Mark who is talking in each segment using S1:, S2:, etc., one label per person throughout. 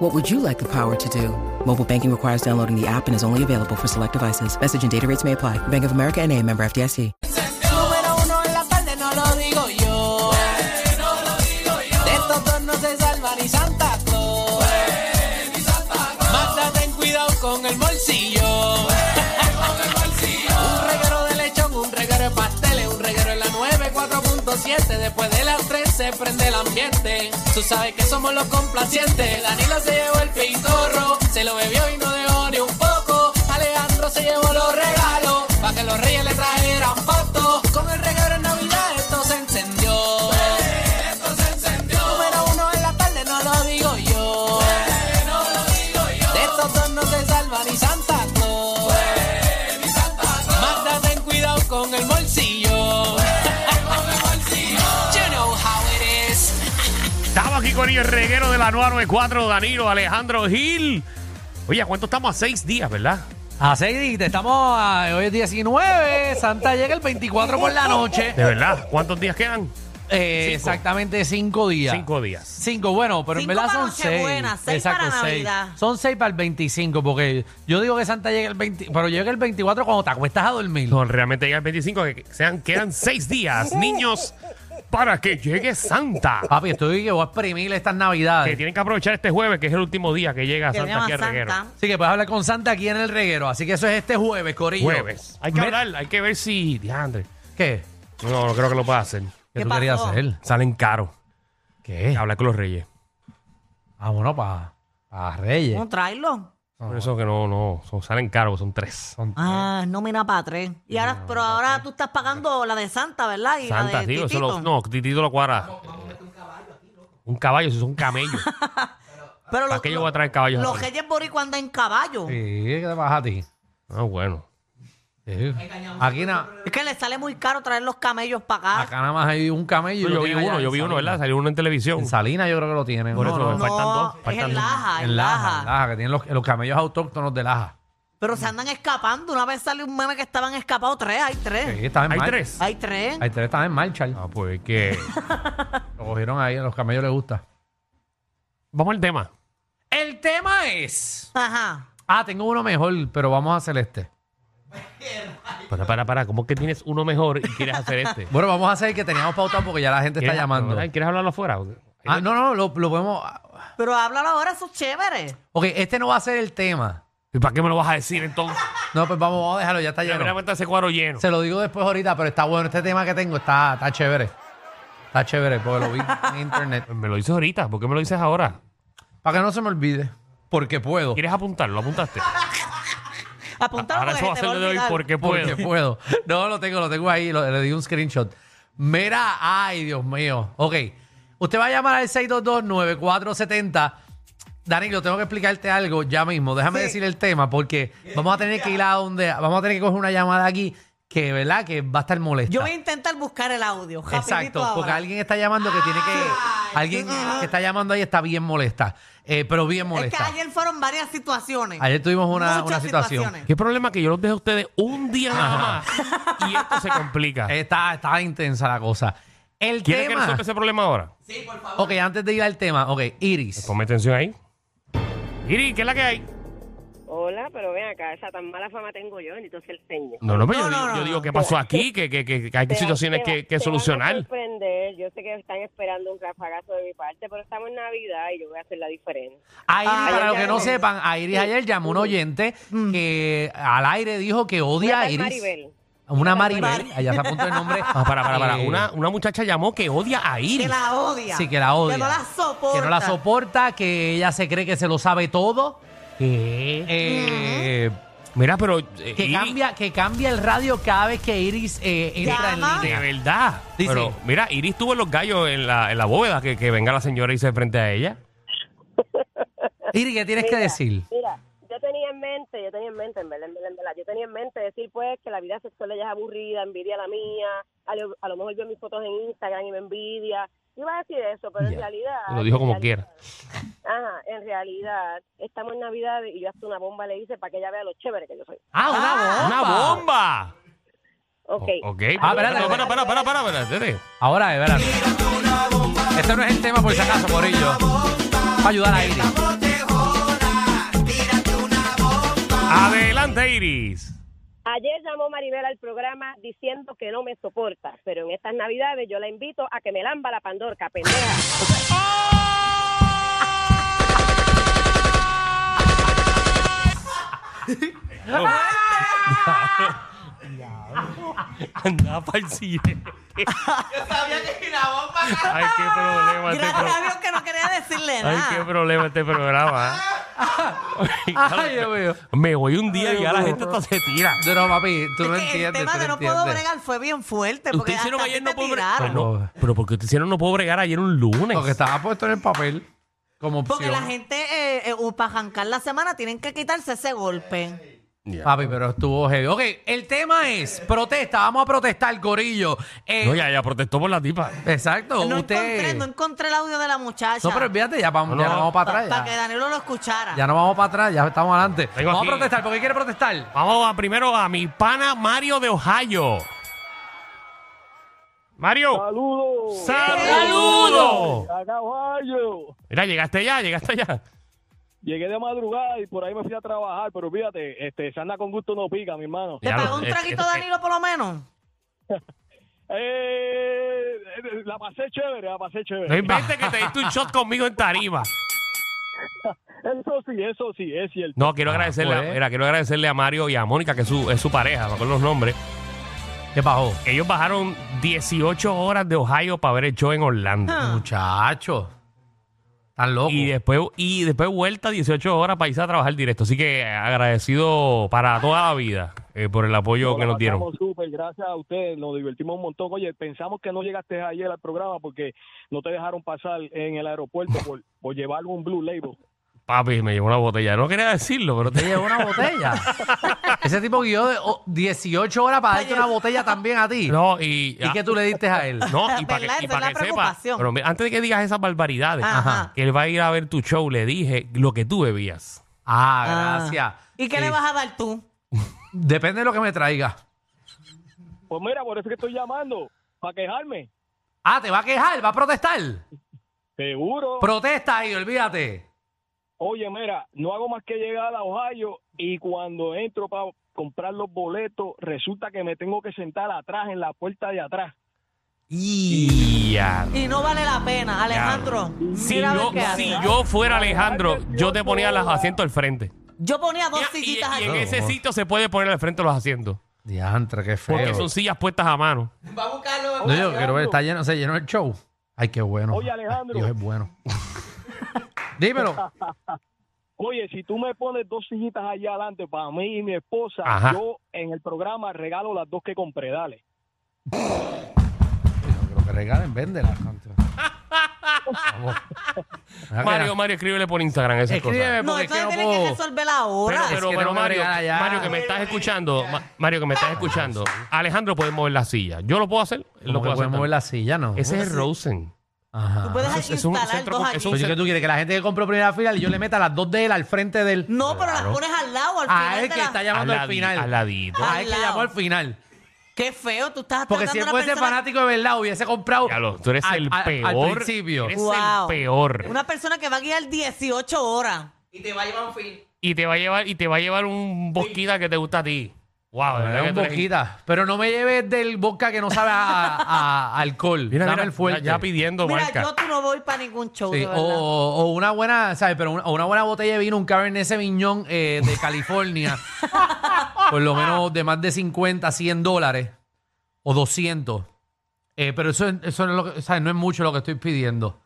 S1: What would you like the power to do? Mobile banking requires downloading the app and is only available for select devices. Message and data rates may apply. Bank of America and a member FDIC.
S2: Número uno en la tarde no lo digo yo. De estos dos no se salva ni Santa Claus. Mata, ten cuidado con el bolsillo. Un reguero de lechón, un reguero de pasteles, un reguero en la 9, 4.7. Después de las 3 se prende el ambiente. Tú sabes que somos los complacientes. Danilo se llevó el pintorro, se lo bebió y no dejó ni un poco. Alejandro se llevó los regalos, para que los reyes le trajeran fotos. Con el reguero en Navidad esto se encendió. Esto se encendió. Número uno en la tarde no lo digo yo. De estos dos no se salva ni Santa Claus. Magda, ten cuidado con el bolsillo. You know how it is.
S3: Estamos aquí con el reguero de la 994, Danilo Alejandro Gil. Oye, ¿a cuánto estamos? A seis días, ¿verdad?
S4: A seis días, estamos a- hoy es 19, Santa llega el 24 por la noche.
S3: De verdad. ¿Cuántos días quedan?
S4: Eh,
S3: Cinco.
S4: Exactamente cinco días.
S3: Cinco días.
S4: Cinco, bueno, pero
S5: Cinco
S4: en verdad
S5: para
S4: son seis.
S5: Nochebuena, seis para Navidad.
S4: Son seis para el 25, porque yo digo que Santa llega el 20, pero llega el 24 cuando te acuestas a dormir.
S3: No, realmente llega el 25, que sean, quedan seis días, niños, para que llegue Santa.
S4: Papi, estoy que voy a exprimir estas
S3: Que
S4: navidades.
S3: tienen que aprovechar este jueves, que es el último día que llega
S5: Que
S3: Santa
S5: llama
S3: aquí al
S5: Santa.
S3: reguero.
S4: Así que puedes hablar con Santa aquí en el reguero. Así que eso es este jueves, Corillo.
S3: Jueves. Hay que
S4: Me-
S3: hablar, hay que ver si. Diandre.
S4: ¿Qué?
S3: No, no creo que lo pueda hacer.
S4: ¿Qué,
S5: ¿Qué
S4: tú querías
S5: pasó?
S4: hacer?
S3: Salen caros.
S4: ¿Qué?
S3: Hablar con los reyes.
S4: Vámonos para Reyes.
S5: ¿Cómo traerlo?
S3: Por eso que no, no. son- salen caros, son tres.
S4: Ah. Son-
S3: Eh.
S5: Ah, nómina para tres. Y ahora, pero ahora tú estás pagando la de Santa, ¿verdad? Y la
S3: Santa,
S5: de
S3: tío. Eso
S5: Titito.
S3: lo- no, Titito lo cuadra. Un caballo, eso es un camello.
S5: pero
S3: ¿Para
S5: los,
S3: qué yo voy a traer caballos?
S5: los
S3: aquí?
S5: reyes boricua andan en caballo.
S4: Sí, ¿qué te pasa a ti?
S3: Ah, bueno.
S4: Sí. Aquí, na-
S5: Es que le sale muy caro traer los camellos para acá.
S4: acá nada más hay un camello. y
S3: yo
S4: lo
S3: vi
S4: tienen allá
S3: uno, yo
S4: en
S3: vi uno,
S4: Salinas.
S3: ¿verdad? Salió uno en televisión.
S4: En Salinas yo creo que lo tienen.
S3: Por
S4: No,
S3: eso
S4: no,
S3: me
S4: no.
S3: faltan dos.
S5: es
S3: Faltan
S5: en Laja,
S4: En
S5: en
S4: Laja, en
S5: Laja.
S4: Laja, que tienen los, los camellos autóctonos de Laja.
S5: Pero se andan escapando. Una vez salió un meme que estaban escapados tres, hay tres.
S4: Sí, estaban en
S3: ¿Hay
S4: marcha.
S3: tres?
S5: Hay tres.
S4: Hay tres, estaban en marcha.
S3: Ah, pues es que.
S4: Lo cogieron ahí, a los camellos les gusta.
S3: Vamos al tema.
S4: El tema es...
S5: Ajá.
S4: Ah, tengo uno mejor, pero vamos a hacer este.
S3: Para, para, para. ¿Cómo es que tienes uno mejor y quieres hacer este?
S4: Bueno, vamos a hacer el que teníamos pautado porque ya la gente está
S3: ¿Quieres-
S4: llamando.
S3: ¿verdad? ¿Quieres hablarlo afuera?
S4: Ah, no, no, lo, lo podemos...
S5: Pero háblalo ahora, esos chéveres.
S4: Ok, este no va a ser el tema.
S3: ¿Y para qué me lo vas a decir entonces?
S4: No, pues vamos, vamos a dejarlo, ya está
S3: Ya me da
S4: lleno.
S3: cuenta ese cuadro lleno.
S4: Se lo digo después ahorita, pero está bueno. Este tema que tengo está, está chévere. Está chévere, porque lo vi en internet.
S3: Pues Me lo dices ahorita. ¿Por qué me lo dices ahora?
S4: Para que no se me olvide. Porque puedo.
S3: ¿Quieres apuntarlo? ¿Apuntaste?
S5: Apuntalo
S3: ahora
S5: porque
S3: eso va a ser
S5: se te va a
S3: lo de hoy
S5: olvidar.
S3: porque puedo.
S4: Porque puedo. No, lo tengo, lo tengo ahí. lo- le di un screenshot. Mira, ay, Dios mío. Ok. Usted va a llamar al 622-9470. Danilo, tengo que explicarte algo ya mismo. Déjame decir el tema porque vamos a tener que ir a donde... Vamos a tener que coger una llamada aquí que, ¿verdad? Que va a estar molesta.
S5: Yo voy a intentar buscar el audio. rapidito
S4: Exacto,
S5: ahora.
S4: porque alguien está llamando que tiene que... Alguien que está llamando ahí está bien molesta, eh, pero bien
S5: Es que
S4: molesta.
S5: ayer fueron varias situaciones.
S4: Ayer tuvimos una,
S5: Muchas
S4: una situación.
S5: situaciones.
S3: ¿Qué problema que yo los dejo a ustedes un día nada más? Y esto se complica.
S4: Está, está intensa la cosa. El
S3: ¿Quieres que
S4: tema...
S3: resuelva ese problema ahora?
S4: Ok, antes de ir al tema, ok, Iris.
S3: Ponme atención ahí. Iri, ¿qué es la que hay?
S6: Hola, pero ven acá, esa tan mala fama tengo yo, bendito sea el Señor.
S3: No, no, pero yo,
S5: No, no,
S3: digo-
S5: no,
S3: yo
S5: no.
S3: digo qué pasó aquí, que, que, que- que hay
S6: Te va-
S3: situaciones
S6: te va-
S3: que, que
S6: te van a
S3: solucionar.
S6: sorprender. Yo sé que están esperando un rafagazo de mi parte, pero estamos en Navidad y yo voy a hacer la diferencia.
S4: A Iris,
S5: Ah,
S4: para los
S6: ya
S4: que no
S6: lo-
S4: sepan, a Iris ayer llamó un
S5: Mm.
S4: oyente que al aire dijo que odia
S6: Una
S4: a
S6: tal
S4: Iris.
S6: Maribel.
S4: Una Maribel.
S5: Maribel.
S4: Allá está a punto el nombre.
S3: Ah, para, para, para.
S4: Eh,
S3: Una, una muchacha llamó que odia a Iris.
S5: Que la odia.
S4: Sí, que la odia.
S5: Que no la soporta.
S4: Que no la soporta, que ella se cree que se lo sabe todo.
S3: ¿Qué?
S5: Mm.
S4: Eh,
S3: Mira, pero. eh,
S4: Que
S3: Iri,
S4: cambia, que cambia el radio cada vez que Iris eh, entra en
S5: Llama.
S3: De
S4: línea.
S3: verdad.
S4: Sí,
S3: Pero,
S4: sí.
S3: mira, Iris tuvo los gallos en la, en la bóveda, que, que venga la señora y se frente a ella.
S4: Iris, ¿qué tienes que decir?
S6: Mira, yo te tenía en mente, yo tenía en mente, en verdad, en verdad, en verdad, yo tenía en mente decir pues que la vida sexual ella es aburrida, envidia la mía, a lo, a lo mejor vio mis fotos en Instagram y me envidia. Yo iba a decir eso, pero en
S4: Ya.
S6: realidad...
S3: Lo dijo
S6: en
S3: como
S6: realidad-
S3: quiera.
S6: Ajá, en realidad, estamos en Navidad y yo hasta una bomba le hice para que ella vea lo chévere que yo soy.
S4: Ah, una
S3: ¡Una
S4: bomba.
S3: bomba!
S6: Ok.
S3: Ok.
S4: Ah, espérate,
S3: No, para,
S4: espérate.
S3: para, para, para, espérate.
S4: Ahora, es verdad. Este no es el tema por si acaso, Corillo. Para ayudar a Iris.
S3: Adelante, Iris.
S6: Ayer llamó Maribel al programa diciendo que no me soporta, pero en estas Navidades yo la invito a que me lamba la pandorca, pendeja.
S3: Anda para el siguiente. Yo sabía que la bomba. Ay, qué problema este
S5: Gracias a
S3: programa.
S5: Dios que no quería decirle
S3: Ay,
S5: nada.
S3: qué problema este programa. ¿eh?
S4: Ay, Dios mío.
S3: Me voy un día y ya la gente hasta se tira.
S4: Yo no, papi, tú no
S5: Es que el
S4: entiendes.
S5: tema
S4: tú
S5: que no puedo
S4: entiendes.
S5: bregar fue bien fuerte. Porque
S3: Ustedes hicieron
S5: hasta
S3: ayer
S5: a ti
S3: no
S5: te
S3: puedo bregar.
S5: tiraron.
S4: Pero
S3: No, pero porque ustedes hicieron no puedo bregar ayer un lunes.
S4: Porque estaba puesto en el papel como opción.
S5: Porque la gente, eh, eh, o para arrancar la semana, tienen que quitarse ese golpe.
S4: Papi, pero estuvo heavy. Ok, el tema es protesta. Vamos a protestar, Corillo. Eh,
S3: No, ya, ya protestó por la tipa.
S4: Exacto,
S5: No encontré,
S4: usted.
S5: no encontré el audio de la muchacha.
S4: No, pero olvídate, ya, vamos,
S3: No,
S4: ya
S3: no.
S4: no vamos para
S5: para
S4: atrás.
S5: que
S4: Ya.
S5: Danilo lo escuchara.
S4: Ya no vamos para atrás, ya estamos adelante.
S3: Tengo
S4: vamos
S3: aquí-
S4: a protestar. ¿Por qué quiere protestar?
S3: Vamos a primero a mi pana Mario de Ohio. Mario.
S7: Saludos.
S3: ¡Saludos!
S7: A caballo.
S3: Mira, llegaste ya, llegaste ya.
S7: Llegué de madrugada y por ahí me fui a trabajar, pero fíjate, este, se anda con gusto no pica, mi hermano.
S5: ¿Te
S3: Ya
S5: pagó
S3: lo-
S5: un
S3: eh,
S5: traguito
S3: eh,
S5: Danilo por lo menos?
S7: Eh, eh, la pasé chévere, la pasé
S3: No
S7: chévere.
S3: inventes que te diste un shot conmigo en tarima.
S7: Eso sí, eso sí, es cierto.
S3: No, quiero agradecerle, a,
S4: pues.
S3: mira, quiero agraderle a Mario y a Mónica, que es su, es su pareja, me acuerdo los nombres.
S4: ¿Qué bajó?
S3: Ellos bajaron 18 horas de Ohio para ver el show en Orlando.
S5: Ah.
S4: Muchacho. Tan loco.
S3: Y después, y después vuelta 18 horas para irse a trabajar directo. Así que eh, agradecido para toda la vida eh, por el apoyo que
S7: la
S3: nos dieron.
S7: pasamos súper, gracias a ustedes, nos divertimos un montón. Oye, pensamos que no llegaste ayer al programa porque no te dejaron pasar en el aeropuerto por, por llevar un Blue Label.
S3: Papi, me llevó una botella. No quería decirlo, pero
S4: Te
S3: te
S4: llevó una botella. Ese tipo guió de- oh, 18 horas para darte una botella también a ti.
S3: No, y. ah,
S4: ¿Y qué tú le diste a él?
S3: No, y para que,
S5: ¿Verdad?
S3: y
S5: Esa es
S3: pa'
S5: la
S3: que sepa.
S5: preocupación.
S3: Pero mira, antes de que digas esas barbaridades,
S5: Ajá.
S3: que él va a ir a ver tu show, le dije lo que tú bebías.
S4: Ah, gracias.
S5: Ah. ¿Y qué
S4: Sí.
S5: le vas a dar tú?
S4: Depende de lo que me traiga.
S7: Pues mira, por eso es que estoy llamando, para quejarme.
S4: Ah, ¿te va a quejar? ¿Va a protestar?
S7: Seguro.
S4: Protesta ahí, olvídate.
S7: Oye, mira, no hago más que llegar a Ohio y cuando entro para comprar los boletos, resulta que me tengo que sentar atrás, en la puerta de atrás.
S3: Y ya.
S5: Y no vale la pena, Alejandro.
S3: Si
S5: mira a ver
S3: yo,
S5: qué hace.
S3: si yo fuera Alejandro, yo te ponía los asientos al frente.
S5: Yo ponía dos
S3: Y- Y,
S5: sillitas
S3: y
S5: aquí.
S3: en ese sitio se puede poner al frente los asientos.
S4: Diantre, qué feo.
S3: Porque son sillas puestas a mano.
S4: No, yo quiero ver, está lleno, se llenó el show. Ay, qué bueno.
S7: Oye, Alejandro.
S4: Ay, Dios es bueno. Dímelo.
S7: Oye, si tú me pones dos sillitas allá adelante para mí y mi esposa,
S3: Ajá.
S7: yo en el programa regalo las dos que compré, dale.
S4: Lo que regalen, véndela. canto. Vamos.
S3: Mario, Mario, escríbele por Instagram esas
S4: Ah, Escríbeme
S3: cosas.
S5: No,
S4: porque
S5: esto
S4: es que
S5: se
S4: no
S5: tiene
S4: puedo-
S5: que resolver ahora.
S3: Pero,
S4: Es que
S3: pero,
S4: no
S3: pero
S4: me
S3: Mario,
S4: regala ya.
S3: Mario, que me estás escuchando, Ma- Mario, que me estás escuchando. Alejandro puede mover la silla. Yo lo puedo hacer.
S4: Como que
S3: Él lo puede hacer.
S4: pueden mover
S3: también.
S4: la silla, ¿no?
S3: Ese es el Rosen.
S5: Tú
S4: Ajá.
S5: puedes
S3: es- es un
S5: instalar
S3: centro
S5: dos
S3: con-
S5: aquí.
S3: es un-
S4: Pues yo que tú quieres que la gente que compró primera fila y yo le meta las dos de él al frente del.
S5: No, pero las pones al lado, al
S4: A
S5: final
S4: él
S5: de
S4: Ah, que
S5: la-
S4: está llamando al
S3: Al ladi-
S4: final.
S3: al ladito.
S4: A él que
S5: Al
S4: llamó
S5: lado.
S4: al final.
S5: Qué feo, tú estás
S4: Porque
S5: tratando
S4: si
S5: a
S4: él
S5: una
S4: fuese
S5: persona-
S4: fanático de verdad, hubiese comprado.
S3: Diablo, tú eres
S4: Ah, al-
S3: el
S4: al-
S3: peor.
S4: Al principio.
S3: Eres
S5: Wow.
S3: el peor.
S5: Una persona que va a guiar 18 horas.
S3: Y te va a llevar, y te va a llevar un bosquita que te gusta a ti. Wow, de
S4: Me
S3: verdad
S4: da
S3: que
S4: un
S3: tú eres-
S4: poquita. Pero no me lleves del vodka que no sabe a, a- a alcohol.
S3: Mira,
S4: Dame
S3: mira,
S4: el fuerte.
S3: Ya, ya pidiendo
S5: Mira,
S3: marca.
S5: yo tú no voy para ningún show,
S4: Sí, oh,
S5: de
S4: o,
S5: verdad.
S4: o- o una buena, ¿sabes? Pero una, o una buena botella de vino, un Cabernet Sauvignon eh, de California, por lo menos de más de 50, 100 dólares o 200. Eh, pero eso, eso no, es lo que- ¿sabes? no es mucho lo que estoy pidiendo.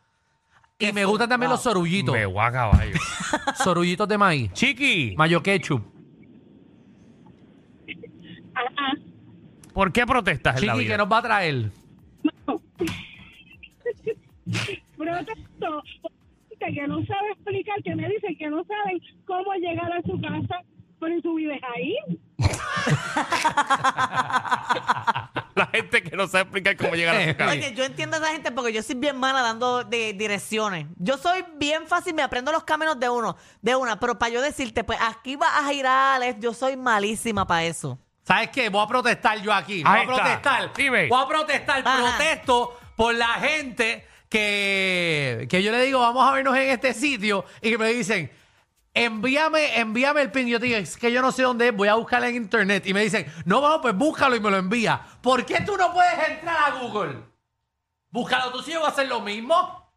S4: Y me gustan también los sorullitos,
S3: Me voy a caballo.
S4: sorullitos de maíz,
S3: Chiqui,
S4: mayo ketchup.
S3: ¿por qué protestas en la
S4: Chiqui,
S3: vida?
S4: ¿qué nos va a traer?
S6: Protesto.
S8: gente que no sabe explicar, que me dicen que no saben cómo llegar a su casa, pero tú vives ahí.
S3: La gente que no sabe explicar cómo llegar a su casa.
S5: Oye, yo entiendo a esa gente porque yo soy bien mala dando de direcciones. Yo soy bien fácil, me aprendo los caminos de uno, de una, pero para yo decirte, pues aquí vas a girar, Alex, yo soy malísima para eso.
S4: ¿Sabes qué? Voy a protestar yo aquí. Voy
S3: Ahí
S4: a
S3: está.
S4: protestar.
S3: Dime.
S4: Voy a protestar.
S5: Ajá.
S4: Protesto por la gente que, que yo le digo, vamos a vernos en este sitio y que me dicen, envíame, envíame el pin. Yo te digo, es que yo no sé dónde es, voy a buscar en internet. Y me dicen, no, vamos, pues búscalo y me lo envía. ¿Por qué tú no puedes entrar a Google? Búscalo tú si yo voy a hacer lo mismo.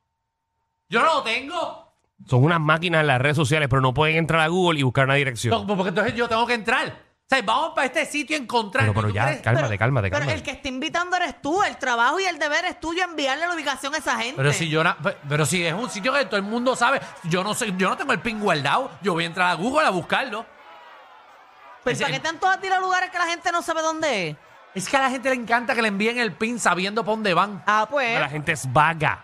S4: Yo no lo tengo.
S3: Son unas máquinas en las redes sociales, pero no pueden entrar a Google y buscar una dirección.
S4: No, porque entonces yo tengo que entrar. O sea, vamos para este sitio a encontrarlo.
S3: Pero, pero
S4: ¿Tú
S3: ya,
S4: crees?
S3: cálmate, cálmate,
S5: Pero
S3: cálmate.
S5: el que está invitando eres tú, el trabajo y el deber es tuyo enviarle la ubicación a esa gente.
S4: Pero si yo na- pe- pero si es un sitio que todo el mundo sabe, yo no sé, yo no tengo el pin guardado, yo voy a entrar a Google a buscarlo.
S5: Pues,
S4: Ese-
S5: ¿Para qué tanto a ti los lugares que la gente no sabe dónde es?
S4: Es que a la gente le encanta que le envíen el pin sabiendo para dónde van.
S5: Ah,
S4: ¿eh?
S5: pues.
S3: La gente es vaga.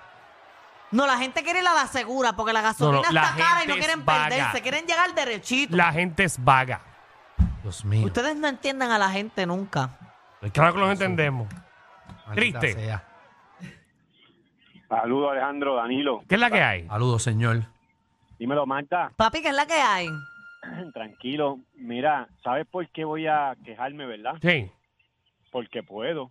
S5: No, la gente quiere ir a la segura porque la gasolina
S3: No, no, la
S5: está cara y no
S3: gente
S5: quieren
S3: es vaga.
S5: perderse, quieren llegar derechito.
S3: La gente es vaga.
S4: Dios mío.
S5: Ustedes no entiendan a la gente nunca.
S3: Claro que los entendemos.
S4: Maldita
S3: triste.
S4: sea.
S7: Saludos, Alejandro, Danilo.
S3: ¿Qué es la que hay?
S4: Saludos, señor.
S7: Dímelo, Marta.
S5: Papi, ¿qué es la que hay?
S7: Tranquilo. Mira, ¿sabes por qué voy a quejarme, verdad?
S3: Sí.
S7: Porque puedo.